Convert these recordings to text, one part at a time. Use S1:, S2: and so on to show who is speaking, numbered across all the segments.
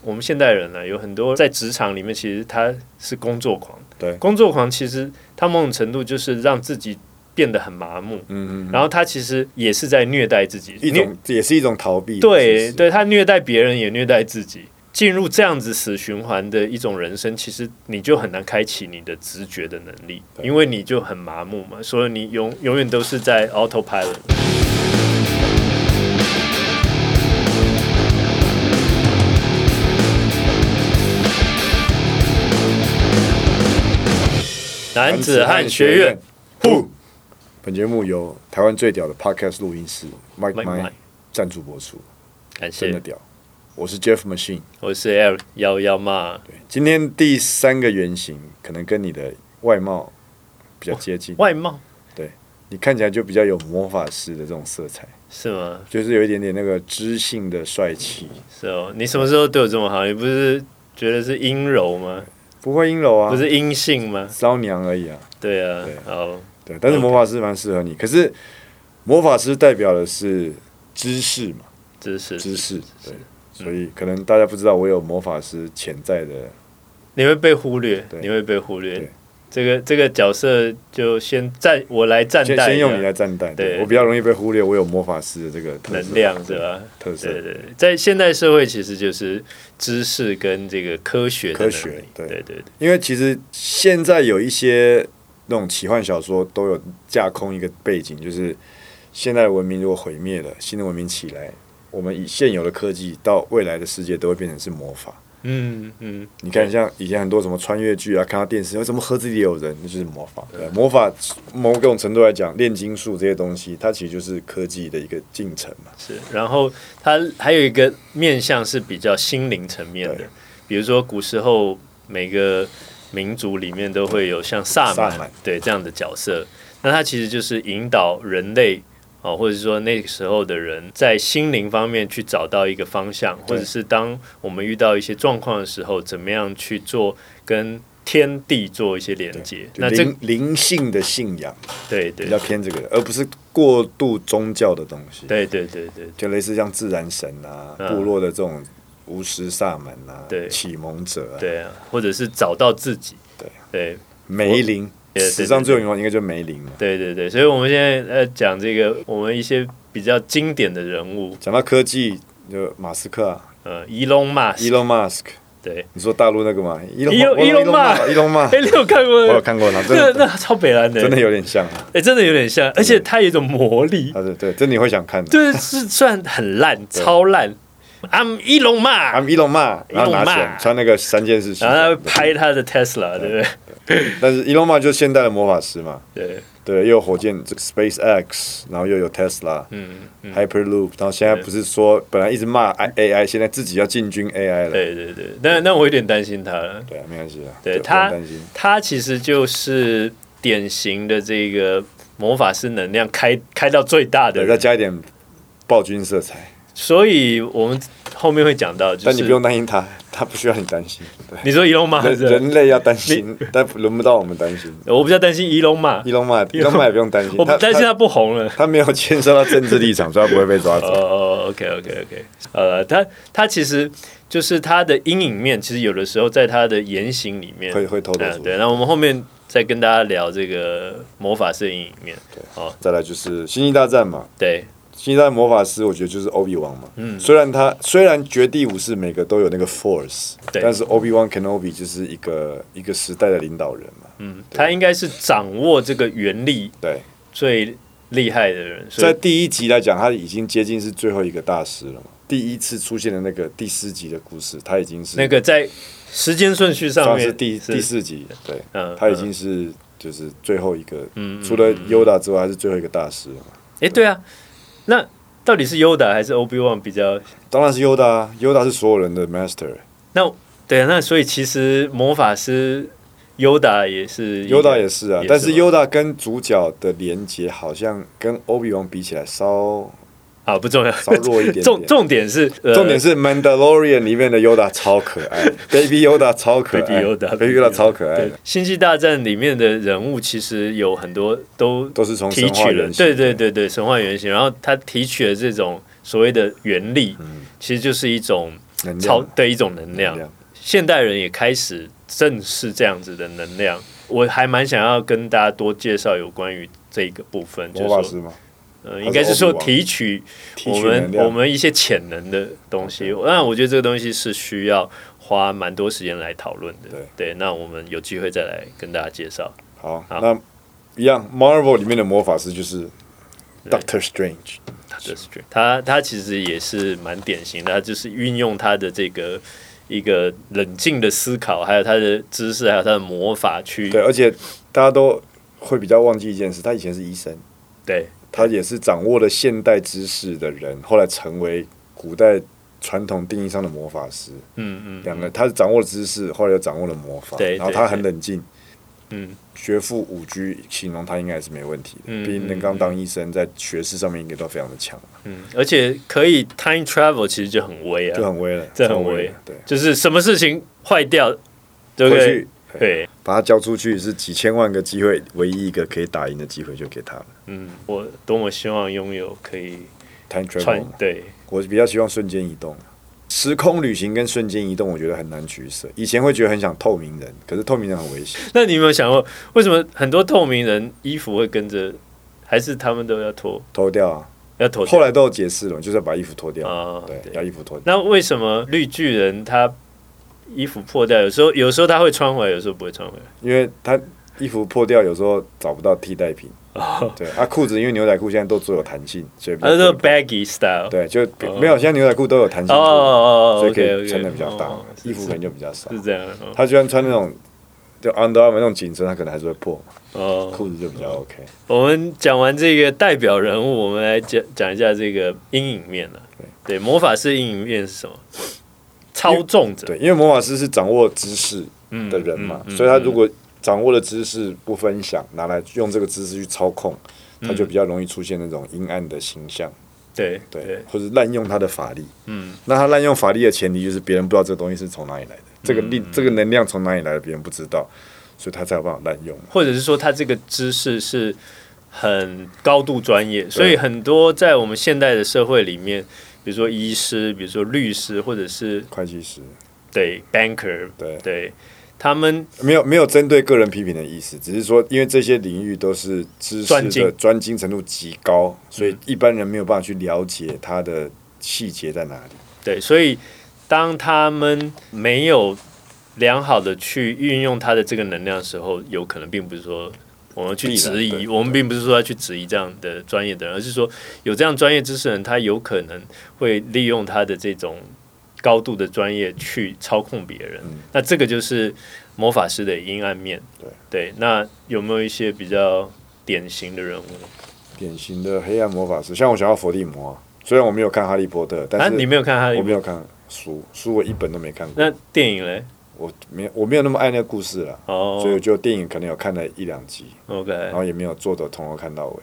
S1: 我们现代人呢，有很多在职场里面，其实他是工作狂。
S2: 对
S1: 工作狂其实他某种程度就是让自己变得很麻木，
S2: 嗯嗯，
S1: 然后他其实也是在虐待自己，
S2: 一
S1: 虐
S2: 种这也是一种逃避，
S1: 对
S2: 是不是，
S1: 对，他虐待别人也虐待自己。进入这样子死循环的一种人生，其实你就很难开启你的直觉的能力，
S2: 对
S1: 因为你就很麻木嘛，所以你永永远都是在 autopilot。男子汉学院，
S2: 不。本节目由台湾最屌的 Podcast 录音室 Mike
S1: Mike
S2: Mike
S1: Mike
S2: 赞助播出，
S1: 感
S2: 真的
S1: 谢，
S2: 屌。我是 Jeff Machine。
S1: 我是 L 幺幺嘛，
S2: 对，今天第三个原型可能跟你的外貌比较接近，
S1: 哦外貌
S2: 你看起来就比较有魔法师的这种色彩，
S1: 是吗？
S2: 就是有一点点那个知性的帅气，
S1: 是哦，你什么时候对我这么好？你不是觉得是阴柔吗？
S2: 不会阴柔啊，
S1: 不是阴性吗？
S2: 骚娘而已啊。
S1: 对啊
S2: 对，
S1: 好，
S2: 对，但是魔法师蛮适合你。可是魔法师代表的是知识嘛，
S1: 知识
S2: 知识对，所以可能大家不知道我有魔法师潜在的
S1: 你会被忽略，
S2: 对
S1: 你会被忽略
S2: 对。
S1: 这个这个角色就先暂我来暂
S2: 先
S1: 代
S2: 先用
S1: 的
S2: 你来占代，对
S1: 对
S2: 我比较容易被忽略，我有魔法师的这个特色
S1: 能量是吧？
S2: 特色
S1: 对对，对在现代社会其实就是知识跟这个科学的
S2: 科学
S1: 能力
S2: 对
S1: 对对对，
S2: 因为其实现在有一些那种奇幻小说都有架空一个背景，就是现代的文明如果毁灭了，新的文明起来，我们以现有的科技到未来的世界都会变成是魔法。
S1: 嗯嗯，
S2: 你看，像以前很多什么穿越剧啊，看到电视，为什么盒子里有人？那就是魔法。对魔法某种程度来讲，炼金术这些东西，它其实就是科技的一个进程嘛。
S1: 是。然后它还有一个面向是比较心灵层面的
S2: 对，
S1: 比如说古时候每个民族里面都会有像萨满
S2: 萨满
S1: 对这样的角色，那他其实就是引导人类。哦，或者是说那个时候的人在心灵方面去找到一个方向，或
S2: 对
S1: 者是当我们遇到一些状况的时候，怎么样去做跟天地做一些连接？
S2: 就
S1: 那这
S2: 灵灵性的信仰
S1: 对
S2: 比
S1: 对
S2: 较偏这个的，而不是过度宗教的东西。
S1: 对对对对
S2: 就类似像自然神啊、
S1: 嗯
S2: 部落的这种巫师、萨满啊、
S1: 对
S2: 启蒙者、啊、
S1: 对啊，或者是找到自己，
S2: 对
S1: 对
S2: 梅林，
S1: 对对
S2: 史上最有名的应该就是梅林嘛。
S1: 对对对，所以我们现在呃讲这个，我们一些比较经典的人物，
S2: 讲到科技，就马斯克、啊、
S1: 呃，Elon Musk，
S2: Elon Musk，
S1: 对，
S2: 你说大陆那个嘛，Elon
S1: Elon- Elon
S2: Musk，Elon Musk，
S1: 哎，你 有看过？
S2: 我有看过他，真
S1: 那
S2: 的
S1: 那超北蓝的，
S2: 真的，有呃点像，啊
S1: 哎，真的有点像，而且他有一种魔力，
S2: 他是对，真的你会想看的。
S1: 对，是虽然很烂，超烂，I'm Elon Musk，
S2: I'm Elon Musk，然后拿起
S1: Elon
S2: 来
S1: Musk
S2: 穿那个三件事情，
S1: 然后他会拍他的 Tesla，对不对？
S2: 但是 Elon Musk 就是现代的魔法师嘛，
S1: 对，
S2: 对，又有火箭这个 SpaceX，然后又有 Tesla，
S1: 嗯，嗯
S2: Hyperloop，然后现在不是说本来一直骂 I- AI，现在自己要进军 AI 了。
S1: 对对对，那那我有点担心他了。
S2: 对啊，没关系啊。
S1: 对
S2: 不用
S1: 他
S2: 担心，
S1: 他其实就是典型的这个魔法师能量开开到最大的
S2: 对，再
S1: 人，
S2: 加一点暴君色彩，
S1: 所以我们后面会讲到，就
S2: 但
S1: 是
S2: 你不用担心他，他不需要你担心。对，
S1: 你说伊隆马，
S2: 人人类要担心，但轮不到我们担 心。
S1: 我比较担心伊隆马，
S2: 伊隆马，伊隆马也不用担心，
S1: 我不担心他
S2: 他
S1: 不红了。
S2: 他没有牵涉到政治立场，所以他不会被抓
S1: 哦
S2: 走。
S1: 哦，OK OK OK，呃，他他其实就是他的阴影面，其实有的时候在他的言行里面
S2: 会会透露
S1: 呃
S2: 出来
S1: 对，那我们后面再跟大家聊这个魔法师的阴影面。哦，
S2: 再来就是《星际大战》嘛，
S1: 对，
S2: 《星际大战》魔法师我觉得就是欧比王嘛。嗯，虽然他虽然绝地武士每个都有那个 Force，
S1: 对
S2: 但是 Obi Wan Kenobi 就是一个一个时代的领导人嘛。
S1: 嗯，他应该是掌握这个原力
S2: 对，
S1: 最厉害的人，所
S2: 在
S1: 以
S2: 第一集来讲，他已经接近是最后一个大师了嘛。第一次出现的那个第四集的故事，他已经是
S1: 那个在时间顺序上
S2: 算
S1: 面
S2: 是第第四集，对，
S1: 嗯
S2: 他已经是就是最后一个，除了 Yoda 之外，他是最后一个大师了嘛。
S1: 哎、对啊，那到底是 Yoda 还是 Obi Wan 比较？
S2: 当然是 Yoda，啊，Yoda 是所有人的 Master。
S1: 那对啊，那所以其实魔法师 Yoda 也是一个
S2: Yoda 也是啊，
S1: 也
S2: 但是
S1: 吗
S2: Yoda 跟主角的连接好像跟 Obi Wan 比起来稍
S1: 啊不重要，
S2: 稍弱一点 点
S1: 重重点是、呃
S2: 重点是《Mandalorian》里面的 Yoda 超可 爱，Baby Yoda 超可爱
S1: Baby Yoda
S2: Baby Yoda 超可爱
S1: 对
S2: 的，
S1: 星际大战里面的人物其实有很多都
S2: 都是从
S1: 提
S2: 神
S1: 取
S2: 话
S1: 了，
S2: 原型
S1: 对对对对，
S2: 嗯
S1: 神话原型，然后他提取了这种所谓的原力，其实就是一种
S2: 能量
S1: 超的一种能量
S2: 能。量
S1: 现代人也开始正视这样子的能量。我还蛮想要跟大家多介绍有关于这个部分，就是
S2: 魔法
S1: 说，
S2: 师吗？
S1: 呃，
S2: 是
S1: 应该是说
S2: 欧比王
S1: 提取
S2: 提
S1: 我
S2: 取能
S1: 们
S2: 量
S1: 我们一些潜能的东西。那我觉得这个东西是需要花蛮多时间来讨论的。对，那我们有机会再来跟大家介绍。
S2: 好，
S1: 好
S2: 那一样，Marvel 里面的魔法师就是
S1: 对
S2: Doctor Strange，
S1: 他的 s t r e 他他其实也是蛮典型的，他就是运用他的这个一个冷静的思考，还有他的知识，还有他的魔法去
S2: 对，而且大家都会比较忘记一件事，他以前是医生，
S1: 对
S2: 他也是掌握了现代知识的人，后来成为古代传统定义上的魔法师。
S1: 嗯嗯，
S2: 两个，他是掌握了知识，后来又掌握了魔法，
S1: 对
S2: 然后
S1: 对
S2: 他很冷静。
S1: 嗯，
S2: 学富五车，形容他应该也是没问题的。
S1: 嗯
S2: 毕竟能刚当医生，在学识上面应该都非常的强，
S1: 嗯，而且可以 time travel，其实就很威
S2: 就
S1: 啊，
S2: 很威了，
S1: 这很
S2: 超
S1: 威
S2: 了对，
S1: 就是什么事情坏掉，对不
S2: 回
S1: 对
S2: 去？
S1: 对，
S2: 把他交出去是几千万个机会，唯一一个可以打赢的机会就给他了。
S1: 嗯，我多么希望拥有可以
S2: Time travel，
S1: 穿
S2: 嘛
S1: 对，
S2: 我比较希望瞬间移动。时空旅行跟瞬间移动，我觉得很难取舍。以前会觉得很想透明人，可是透明人很危险。
S1: 那你有没有想过，为什么很多透明人衣服会跟着，还是他们都要脱，
S2: 脱掉啊，
S1: 要脱掉？
S2: 后来都有解释了，就是要把衣服脱掉。
S1: 啊
S2: 对，
S1: 对
S2: 把衣服脱掉。
S1: 那为什么绿巨人他衣服破掉，有时候有时候他会穿回来，有时候不会穿回来？
S2: 因为他衣服破掉，有时候找不到替代品。
S1: 哦，
S2: 对，啊，裤子因为牛仔裤现在都做有弹性，所以比较
S1: 他说
S2: 不会
S1: baggy style。
S2: 对，就
S1: 啊哦
S2: 没有现在牛仔裤都有弹性
S1: 哦
S2: 度，
S1: 哦哦，
S2: 所以可
S1: OK，OK，
S2: 以撑的比较大
S1: 哦，
S2: 衣服可能就比较少
S1: 是。这样。哦
S2: 他居然穿那种就 Under Armour 那种紧身，他可能还是会破，
S1: 哦，
S2: 裤子就比较 OK。
S1: 我们讲完这个代表人物，我们来讲讲一下这个阴影面了。对，魔法师阴影面是什么？操纵者。
S2: 对，因为魔法师是掌握知识
S1: 嗯
S2: 的人嘛，
S1: 嗯嗯
S2: 所以他如果掌握了知识不分享，拿来用这个知识去操控，
S1: 嗯
S2: 他就比较容易出现那种阴暗的形象。
S1: 对
S2: 对
S1: 对，，
S2: 或者滥用他的法力。
S1: 嗯，
S2: 那他滥用法力的前提就是别人不知道这个东西是从哪里来的，这个力、
S1: 嗯
S2: 这个能量从哪里来的，别人不知道，所以他才有办法滥用嘛。
S1: 或者是说他这个知识是很高度专业，所以很多在我们现代的社会里面，比如说医师，比如说律师，或者是
S2: 会计师，
S1: 对 banker，
S2: 对，
S1: 对他们
S2: 没有没有针对个人批评的意思，只是说因为这些领域都是知识
S1: 专
S2: 的
S1: 精
S2: 专精程度极高，所以一般人没有办法去了解它的细节在哪里。
S1: 对，所以当他们没有良好的去运用他的这个能量的时候，有可能并不是说。我们去
S2: 必然
S1: 质
S2: 对
S1: 疑，我们并不是说要去质疑这样的专业的人，而是说有这样专业知识的人，他有可能会利用他的这种高度的专业去操控别人。
S2: 嗯
S1: 那这个就是魔法师的阴暗面。
S2: 对
S1: 那有没有一些比较典型的人物？
S2: 典型的黑暗魔法师，像我想要伏地魔啊、虽然我没有看《哈利波特》，
S1: 啊，
S2: 但
S1: 你
S2: 是
S1: 没有看他的
S2: 我没有看书，书我一本都没看过，
S1: 那电影嘞？
S2: 我没有我没有那么爱那个故事了。所以
S1: 哦、
S2: 我就电影可能有看了一两集，
S1: o
S2: 然
S1: k
S2: 后也没有做的从头看到尾。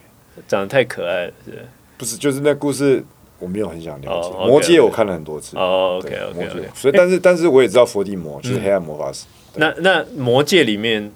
S1: 长得太可爱了，是不是
S2: 不是，就是那故事我没有很想了
S1: 哦
S2: 解。
S1: ，OK，
S2: 魔戒
S1: OK
S2: 我看了很多次。
S1: 哦
S2: 对
S1: ，OK
S2: 魔
S1: OK
S2: 戒
S1: OK。
S2: 所以但是但是我也知道伏地魔就是黑暗魔法师
S1: 那那魔界里面，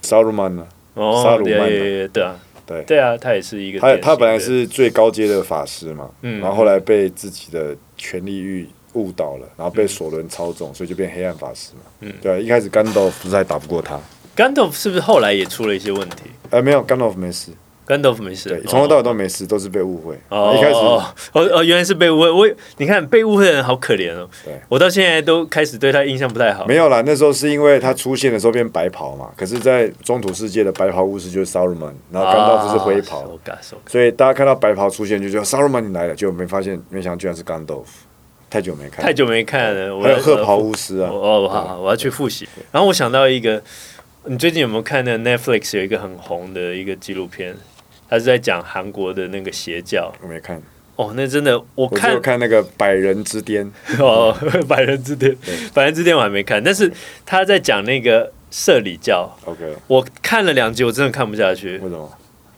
S2: 萨鲁曼呢，萨
S1: 哦，
S2: 鲁
S1: 对
S2: 曼
S1: 对对对啊，
S2: 对
S1: 对啊，他也是一个
S2: 他
S1: 典型的，
S2: 他本来是最高阶的法师嘛，
S1: 嗯
S2: 然后后来被自己的权力欲误导了，然后被索伦操纵，所以就变黑暗法师嘛。
S1: 嗯
S2: 对啊，一开始甘道夫不是还打不过他，
S1: 甘道夫，是不是后来也出了一些问题？
S2: 呃，没有甘道夫没事，
S1: 甘道夫没事
S2: 对，，从头到
S1: 哦
S2: 尾都没事，都是被误会。
S1: 哦，
S2: 一开始
S1: 哦哦哦，原来是被误会，我你看被误会的人好可怜哦
S2: 对，
S1: 我到现在都开始对他印象不太好
S2: 没。有啦，那时候是因为他出现的时候变白袍嘛，可是，在中土世界的白袍巫师就是 Saruman，然后甘道
S1: 啊
S2: 夫是灰袍，
S1: 我嘎手
S2: 所以大家看到白袍出现就觉得 Saruman 你来了，结果没发现，没想到居然是甘道夫，太久没看，
S1: 太久没看了，我呃
S2: 还有
S1: 要
S2: 褐袍巫师啊，
S1: 哦，好好，我要去复习。然后我想到一个，你最近有没有看那个 Netflix 有一个很红的一个纪录片？他是在讲韩国的那个邪教
S2: 我没看，
S1: 哦，那真的我
S2: 我只有
S1: 看
S2: 看那个百人之巅，
S1: 哦， 《百人之巅》《百人之巅》我还没看，但是他在讲那个社里教，
S2: OK，
S1: 我看了两集，我真的看不下去
S2: 为，什么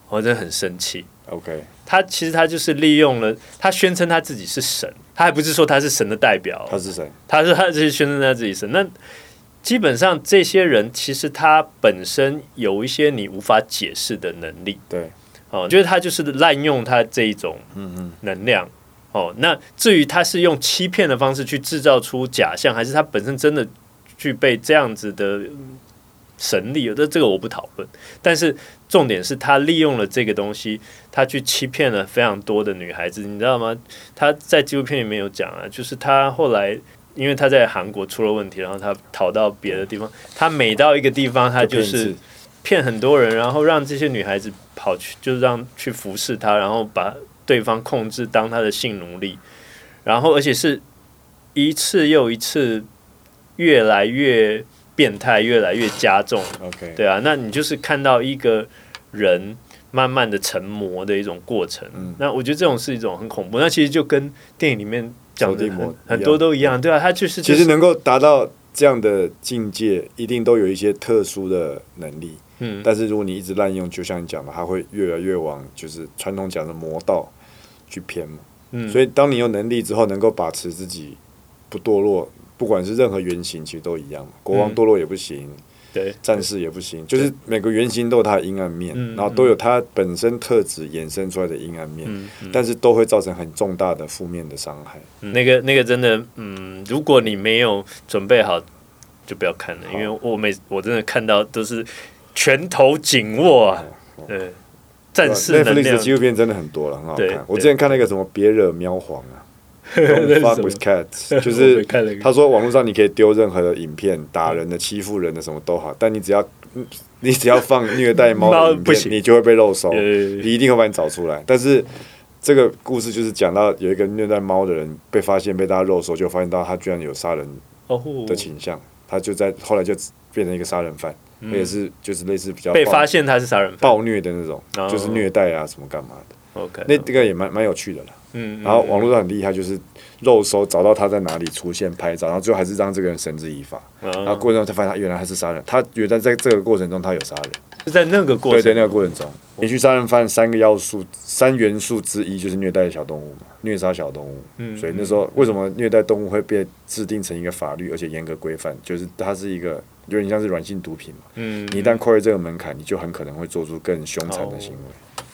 S1: 我真的很生气。
S2: ？OK，
S1: 他其实他就是利用了，他宣称他自己是神，他还不是说他是神的代表哦，
S2: 他是谁？
S1: 他是他自己宣称在自己身。那基本上这些人其实他本身有一些你无法解释的能力
S2: 对，
S1: 哦，就是他就是滥用他这一种
S2: 嗯嗯，
S1: 能量哦，那至于他是用欺骗的方式去制造出假象，还是他本身真的具备这样子的嗯神力，这这个我不讨论。但是重点是他利用了这个东西，他去欺骗了非常多的女孩子，你知道吗？他在纪录片里面有讲啊，就是他后来。因为他在韩国出了问题，然后他逃到别的地方。他每到一个地方，他就是
S2: 骗子
S1: 骗很多人，然后让这些女孩子跑去，就是让去服侍他，然后把对方控制当他的性奴隶，然后而且是一次又一次，越来越变态，越来越加重。
S2: OK，
S1: 对啊，那你就是看到一个人慢慢的成魔的一种过程。
S2: 嗯
S1: 那我觉得这种是一种很恐怖，那其实就跟电影里面讲的
S2: 伏地魔
S1: 很
S2: 一样
S1: 很多都一样。对啊，他就是
S2: 其实能够达到这样的境界，一定都有一些特殊的能力。
S1: 嗯，
S2: 但是如果你一直滥用，就像你讲的，它会越来越往就是传统讲的魔道去偏嘛。
S1: 嗯
S2: 所以当你有能力之后，能够把持自己不堕落，不管是任何原型，其实都一样嘛。国王
S1: 嗯
S2: 堕落也不行，
S1: 对
S2: 战士也不行，就是每个原型都有它的阴暗面，
S1: 嗯
S2: 然后都有它本身特质衍生出来的阴暗面，
S1: 嗯嗯
S2: 但是都会造成很重大的负面的伤害。
S1: 那个那个真的，嗯，如果你没有准备好，就不要看了，因为我每我真的看到都是拳头紧握啊，
S2: 哦
S1: 对，战士能
S2: 啊 Netflix 的
S1: 量
S2: 纪录片真的很多了，很好
S1: 对
S2: 看。我
S1: 对
S2: 之前看那个什么“别惹喵皇” 啊
S1: 那
S2: ，“Don't
S1: 是什
S2: fuck
S1: 么
S2: with cats”，就
S1: 我
S2: 是
S1: 没看那个
S2: 他说网络上你可以丢任何的影片，打人的、欺负人的什么都好，但你只要嗯你只要放虐待 猫
S1: 猫
S2: 的影
S1: 不
S2: 片，
S1: 行
S2: 你就会被肉搜，
S1: 呃
S2: 你一定会把你找出来。但是这个故事就是讲到有一个虐待猫的人被发现被大家肉搜，就发现到他居然有杀人
S1: 哦
S2: 的倾向，他就在后来就变成一个杀人犯，而且是就是类似比
S1: 嗯
S2: 较
S1: 被
S2: 暴
S1: 发现他是杀人犯
S2: 暴虐的那种，
S1: 哦
S2: 就是虐待啊什么干嘛的。
S1: ，OK，
S2: 那这个也蛮蛮有趣的啦。
S1: 嗯，嗯
S2: 然后网络上很厉害，就是肉搜找到他在哪里出现拍照，然后最后还是让这个人绳之以法。然后
S1: 啊，
S2: 过程中才发现他原来他是杀人，他原来在这个过程中他有杀人。
S1: 就在那个过
S2: 对对，
S1: 程
S2: 那个过程中，连续杀人犯三个要素、三元素之一就是虐待小动物嘛，虐杀小动物。
S1: 嗯
S2: 所以那时候为什么虐待动物会被制定成一个法律，而且严格规范，就是它是一个有点像是软性毒品嘛。
S1: 嗯，
S2: 你一旦跨越这个门槛，你就很可能会做出更凶残的
S1: 哦
S2: 行为。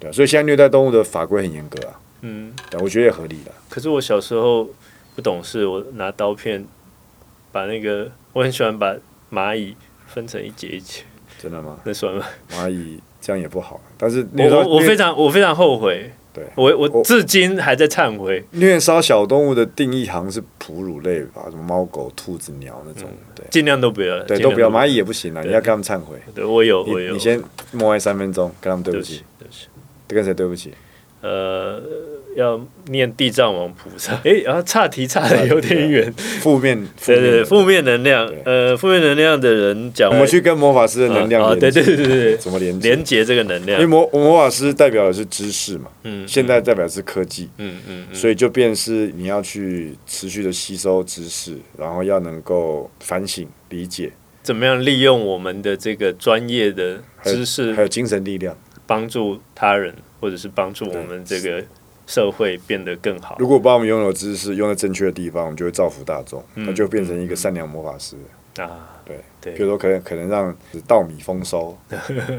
S2: 对啊，所以现在虐待动物的法规很严格啊，
S1: 嗯，
S2: 对啊我觉得也合理的。
S1: 可是我小时候不懂事，我拿刀片把那个，我很喜欢把蚂蚁分成一节一节，
S2: 真的吗？
S1: 那算吗？
S2: 蚂蚁这样也不好，但是
S1: 我
S2: 虐
S1: 我我非
S2: 虐
S1: 常我非常后悔，
S2: 对
S1: 我我
S2: 我
S1: 至今还在忏悔。
S2: 虐杀小动物的定义好像是哺乳类吧，什么猫狗、兔子、鸟那种，对
S1: 尽量都不要了，嗯
S2: 对
S1: 尽
S2: 都
S1: 量
S2: 不要，蚂蚁也不行啊，
S1: 对
S2: 你要跟他们忏悔。
S1: 对，我有我
S2: 你
S1: 有，
S2: 你先默哀三分钟，跟他们对
S1: 对
S2: 不
S1: 不
S2: 起
S1: 起，，对不起。
S2: 跟谁对不起？
S1: 呃，要念地藏王菩萨。 诶，然后岔题岔的有点远。
S2: 负面，
S1: 对对对，
S2: 负面
S1: 负面能量
S2: 对，
S1: 呃，负面能量的人讲，
S2: 我们去跟魔法师的能
S1: 啊
S2: 量
S1: 啊对
S2: 连
S1: 对对
S2: 接，
S1: 对对，
S2: 怎么连接？
S1: 连接这个能
S2: 因为
S1: 量，
S2: 魔魔法师代表的是知识嘛，
S1: 嗯，
S2: 现在代表的是科技，
S1: 嗯嗯嗯，
S2: 所以就便是你要去持续的吸收知识，然后要能够反省、理解，
S1: 怎么样利用我们的这个专业的知识
S2: 还有精神力量。
S1: 帮助他人，或者是帮助我们这个社会变得更好
S2: 如。果把我们拥有知识用在正确的地方，我们就会造福大众，
S1: 嗯
S2: 那就变成一个善良魔法师。
S1: 啊，
S2: 对，
S1: 对
S2: 比如说可能可能让稻米 丰收，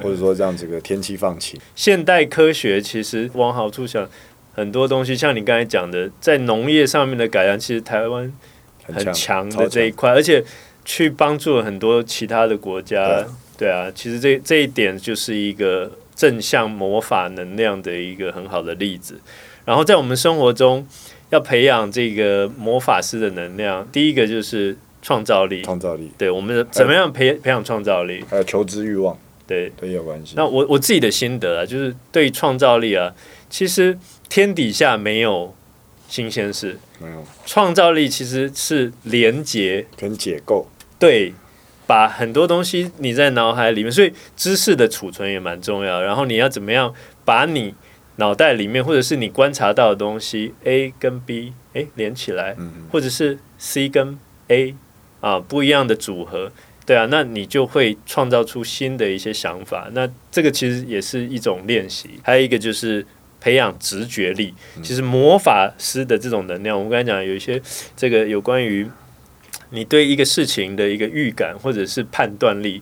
S2: 或者说让这个天气放晴。
S1: 现代科学其实往好处想，很多东西像你刚才讲的，在农业上面的改良，其实台湾很强
S2: 超
S1: 的这一块，而且去帮助了很多其他的国
S2: 对
S1: 家
S2: 啊。
S1: 对啊，其实这这一点就是一个正向魔法能量的一个很好的例子。然后在我们生活中，要培养这个魔法师的能量，第一个就是创造力。
S2: 创造力，
S1: 对，我们怎么样培培养创造力？
S2: 还有求知欲望
S1: 对，
S2: 都也有关系。
S1: 那我我自己的心得啊，就是对于创造力啊，其实天底下没有新鲜事，
S2: 没有，
S1: 创造力其实是连接，
S2: 嗯跟解构
S1: 对，把很多东西你在脑海里面，所以知识的储存也蛮重要。然后你要怎么样把你脑袋里面或者是你观察到的东西 A 跟 B 哎连起来，
S2: 嗯
S1: 或者是 C 跟 A 啊不一样的组合，对啊，那你就会创造出新的一些想法。那这个其实也是一种练习，还有一个就是培养直觉力。其实魔法师的这种能量，我们刚才讲有一些这个有关于你对一个事情的一个预感或者是判断力，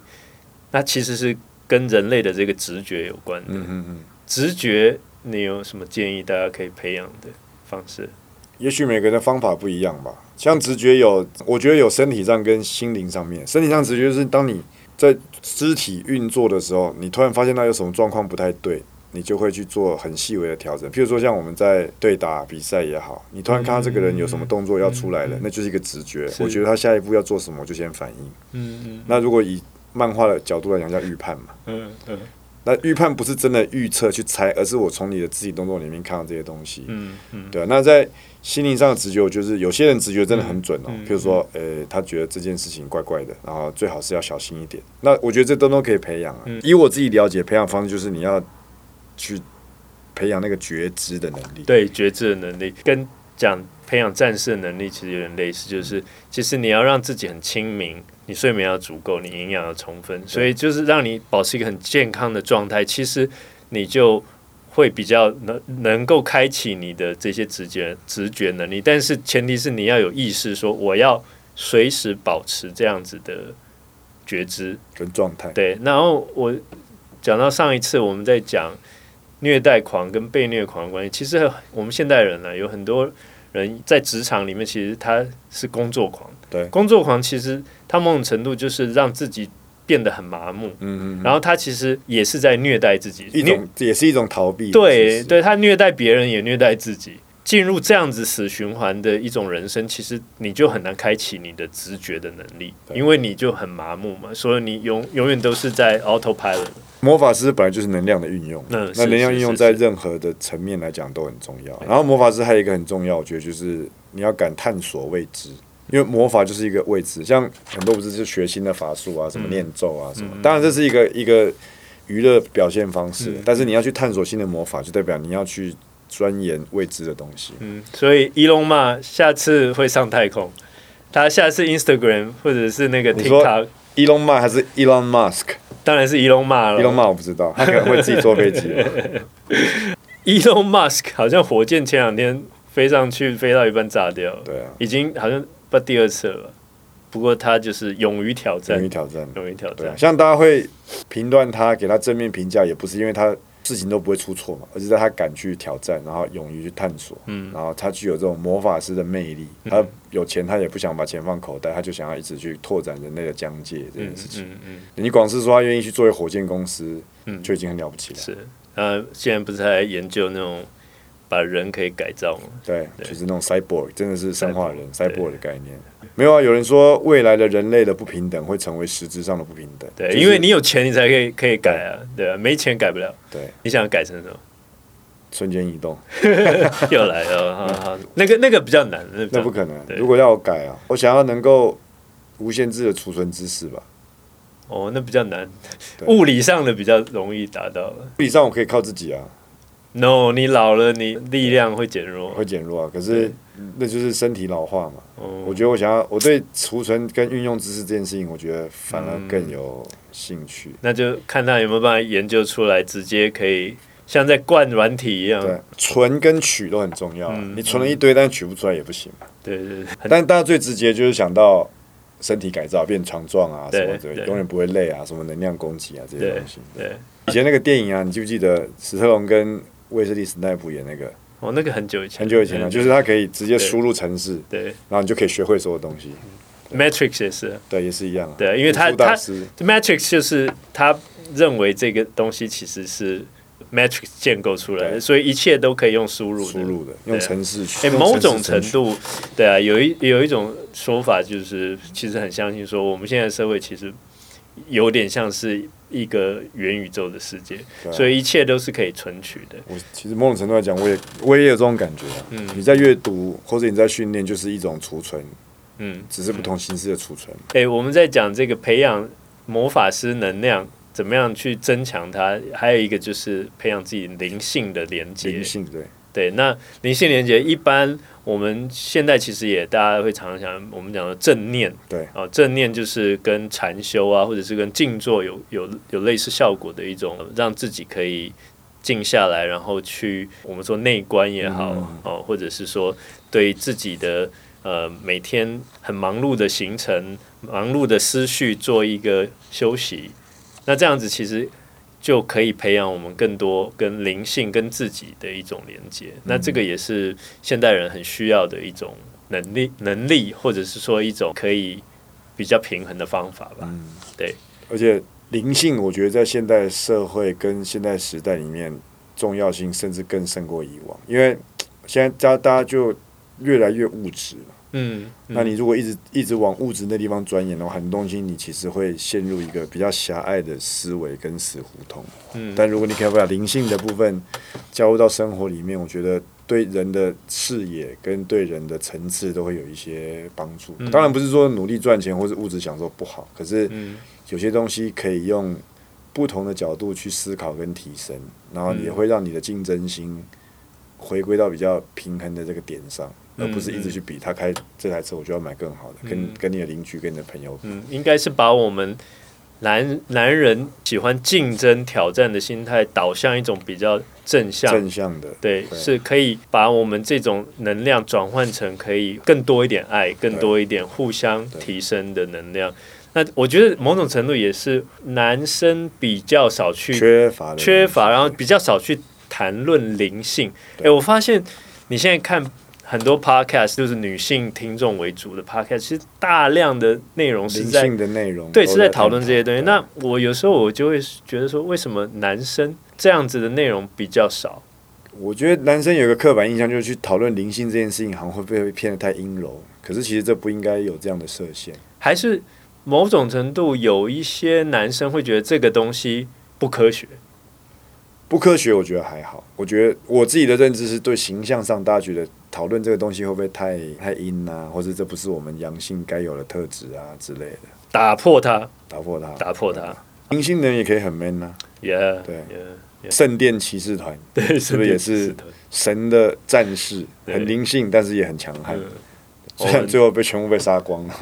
S1: 那其实是跟人类的这个直觉有关的。
S2: 嗯嗯嗯，
S1: 直觉，你有什么建议大家可以培养的？方式？
S2: 也许每个人的方法不一样吧。像直觉有，我觉得有身体上跟心灵上面。身体上直觉就是当你在肢体运作的时候，你突然发现到有什么状况不太对，你就会去做很细微的调整。譬如说像我们在对打比赛也好，你突然看到这个人有什么动作要出
S1: 嗯
S2: 来了，那就是一个直觉。
S1: 是
S2: 我觉得他下一步要做什么，我就先反应。
S1: 嗯
S2: 那如果以漫画的角度来讲，叫预判嘛。
S1: 嗯嗯
S2: 那预判不是真的预测去猜，而是我从你的肢体动作里面看到这些东西。
S1: 嗯嗯，
S2: 对啊，那在心灵上的直觉，我就是有些人直觉真的很准哦。
S1: 嗯嗯
S2: 譬如说，呃，他觉得这件事情怪怪的，然后最好是要小心一点。那我觉得这都都可以培养啊。
S1: 嗯
S2: 以我自己了解，培养方式就是你要去培养那个觉知的能力。
S1: 对，觉知的能力跟讲培养战士的能力其实有点类似，就是其实你要让自己很清明，你睡眠要足够，你营养要充分，所以就是让你保持一个很健康的状态，其实你就。会比较能能够开启你的这些直觉直觉能力，但是前提是你要有意识，说我要随时保持这样子的觉知，
S2: 跟状态。
S1: 对，然后我讲到上一次我们在讲虐待狂跟被虐狂的关系，其实我们现代人呢、啊有很多人在职场里面，其实他是工作狂。
S2: 对
S1: 工作狂其实他某种程度就是让自己变得很麻木，
S2: 嗯嗯嗯，
S1: 然后他其实也是在虐待自己，
S2: 一
S1: 虐
S2: 种也是一种逃避。其
S1: 对
S2: 实，
S1: 对，他虐待别人也虐待自己。进入这样子死循环的一种人生，其实你就很难开启你的直觉的能力，
S2: 对
S1: 因为你就很麻木嘛，所以你永永远都是在 autopilot。
S2: 魔法师本来就是能量的运用，
S1: 嗯
S2: 那
S1: 是
S2: 能量
S1: 是
S2: 运用
S1: 是
S2: 在
S1: 是
S2: 任何的层面来讲都很重要。然后魔法师还有一个很重要，我觉得就是你要敢探索未知，因为魔法就是一个未知。像很多不是就学新的法术啊，什么
S1: 嗯
S2: 念咒啊什么，当然这是一个一个娱乐表现方式，
S1: 嗯
S2: 但是你要去探索新的魔法，就代表你要去钻研未知的东西。
S1: 嗯，所以伊隆嘛，下次会上太空，他下次 Instagram 或者是那个
S2: 你说
S1: TikTok，
S2: Elon Musk 还是 Elon Musk？Elon
S1: 当然是伊隆嘛了。
S2: Musk 我不知道，他可能会自己坐飞机。
S1: Elon Musk 好像火箭前两天飞上去，飞到一半炸掉了，
S2: 对啊，
S1: 已经好像不第二次了吧。不过他就是勇于挑战
S2: 勇于，挑战。
S1: 勇于挑
S2: 对啊
S1: 战，。像
S2: 像大家会评断他，给他正面评价，也不是因为他事情都不会出错嘛，而是在他敢去挑战，然后勇于去探索，
S1: 嗯
S2: 然后他具有这种魔法师的魅力。他有钱，他也不想把钱放口袋，他就想要一直去拓展人类的疆界这件
S1: 嗯
S2: 事情。啊
S1: 嗯嗯，
S2: 你光是说他愿意去作为火箭公司，
S1: 嗯
S2: 就已经很了不起了。
S1: 是。呃，现在不是还研究那种把人可以改造吗？
S2: 对，就是那种 cyborg，真的是生化人
S1: cyborg，
S2: cyborg 的概念。没有啊，有人说未来的人类的不平等会成为实质上的不平等。
S1: 对，
S2: 就是
S1: 因为你有钱，你才可以可以改啊，对啊，没钱改不了。
S2: 对
S1: 你想改成什 么？
S2: 瞬间移动。
S1: 又来了，好好好那个那个比较难，那个比较
S2: 嗯那不可能。
S1: 对
S2: 如果要我改啊，我想要能够无限制的储存知识吧。
S1: 哦，那比较难，
S2: 对
S1: 物理上的比较容易达到了。
S2: 物理上我可以靠自己啊，
S1: No，你老了，你力量会减弱。
S2: 会减弱啊。可是那就是身体老化嘛。我
S1: 哦，
S2: 觉得我想要，我对储存跟运用知识这件事情，我觉得反而更有兴趣。
S1: 那就看他有没有办法研究出来，直接可以像在灌软体一样。
S2: 对，存跟取都很重要啊。
S1: 嗯
S2: 你存了一堆，但取不出来也不行嘛。
S1: 对对对，
S2: 但大家最直接就是想到身体改造，变强壮啊，什么
S1: 对
S2: 的，
S1: 对
S2: 永远不会累啊，什么能量供给啊这些
S1: 对
S2: 东西。
S1: 对，
S2: 以前那个电影啊，你记不记得史特龙跟威斯利史奈普演那个？
S1: 哦，那个很久以前，
S2: 很久以前
S1: 嗯
S2: 了，就是它可以直接输入程式，
S1: 对
S2: 然后你就可以学会所有东西。
S1: Matrix 也是，
S2: 对，也是一样啊。
S1: 对因为它
S2: 武术大师
S1: Matrix 就是他认为这个东西其实是 Matrix 建构出来的，
S2: 对
S1: 所以一切都可以用输入的
S2: 输入的，
S1: 对
S2: 用程式去。
S1: 哎、
S2: 用
S1: 某
S2: 程式
S1: 种程
S2: 程序
S1: 度，对啊，有一有一种说法就是，其实很相信说，我们现在社会其实有点像是一个元宇宙的世界，
S2: 对啊
S1: 所以一切都是可以存取的。
S2: 我其实某种程度来讲，我也我也有这种感觉啊。
S1: 嗯
S2: 你在阅读或者你在训练，就是一种储存，
S1: 嗯，
S2: 只是不同形式的储存。
S1: 哎、我们在讲这个培养魔法师能量，怎么样去增强它，还有一个就是培养自己灵性的连接
S2: 灵。性对，
S1: 对，那灵性连接一般我们现在其实也大家会常常想，我们讲的正念，
S2: 对
S1: 啊、正念就是跟禅修啊，或者是跟静坐有有有类似效果的一种，呃让自己可以静下来，然后去我们说内观也好，
S2: 嗯
S1: 哦、或者是说对自己的呃每天很忙碌的行程、忙碌的思绪做一个休息，那这样子其实就可以培养我们更多跟灵性、跟自己的一种连接。那这个也是现代人很需要的一种能力、能力，或者是说一种可以比较平衡的方法吧。
S2: 嗯，
S1: 对。
S2: 而且灵性，我觉得在现代社会跟现代时代里面，重要性甚至更胜过以往，因为现在大大家就越来越物质了。
S1: 嗯，嗯
S2: 那你如果一直一直往物质那地方钻研的话，很多东西你其实会陷入一个比较狭隘的思维跟死胡同。
S1: 嗯
S2: 但如果你可以把灵性的部分加入到生活里面，我觉得对人的视野跟对人的层次都会有一些帮助。
S1: 嗯
S2: 当然不是说努力赚钱或是物质享受不好，可是
S1: 嗯
S2: 有些东西可以用不同的角度去思考跟提升，然后
S1: 嗯
S2: 也会让你的竞争心回归到比较平衡的这个点上，
S1: 嗯
S2: 而不是一直去比他开这台车，我就要买更好的，跟
S1: 嗯
S2: 跟你的邻居、跟你的朋友比。
S1: 嗯，应该是把我们男男人喜欢竞争、挑战的心态导向一种比较正向。
S2: 正向的，
S1: 对，
S2: 对
S1: 是可以把我们这种能量转换成可以更多一点爱、更多一点互相提升的能量。那我觉得某种程度也是男生比较少去
S2: 缺乏的
S1: 缺乏，然后比较少去谈论灵性。哎、
S2: 对
S1: 我发现你现在看很多 podcast 就是女性听众为主的 podcast，其实大量的内容是
S2: 灵
S1: 在
S2: 性的内容，
S1: 对
S2: 都
S1: 是在讨论这些东西。
S2: 对
S1: 那我有时候我就会觉得说，为什么男生这样子的内容比较少？
S2: 我觉得男生有一个刻板印象，就是去讨论灵性这件事情，好像会被骗得太阴柔。可是其实这不应该有这样的设限。
S1: 还是某种程度有一些男生会觉得这个东西不科学？
S2: 不科学，我觉得还好。我觉得我自己的认知是对形象上，大家觉得讨论这个东西会不会太太阴啊，或者这不是我们阳性该有的特质啊之类的，
S1: 打破它，
S2: 打破它。
S1: 打破它
S2: 明星人也可以很 man 啊，
S1: ，yeah，
S2: 对
S1: yeah，
S2: 圣殿骑士团，
S1: 对，
S2: 是不是也是神的战士，
S1: 对
S2: 很灵性，但是也很强悍
S1: 嗯。
S2: 虽然最后被全部被杀光了，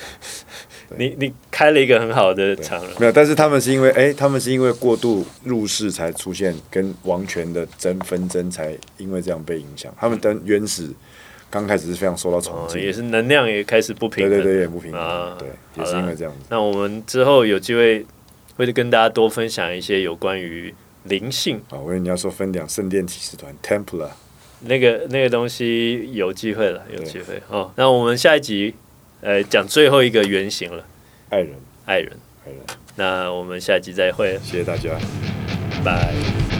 S1: 你你开了一个很好的场了，
S2: 没有，但是他们是因为哎、他们是因为过度入世才出现跟王权的争纷争，才因为这样被影响。他们等原始刚开始是非常受到
S1: 哦
S2: 冲，击的，
S1: 也是能量也开始不平
S2: 对
S1: 衡。
S2: 对对，也不平衡，
S1: 啊
S2: 对，
S1: 好
S2: 也
S1: 啦
S2: 是因为这样子。
S1: 那我们之后有机会会跟大家多分享一些有关于灵性
S2: 啊，我以为你要说分两圣殿骑士团 Templar，
S1: 那个那个东西，有机会了，有
S2: 对
S1: 机会哦。那我们下一集呃讲最后一个原型了，
S2: 爱人，
S1: 爱人。
S2: 爱人，
S1: 那我们下一集再会，
S2: 谢谢大家。
S1: 拜。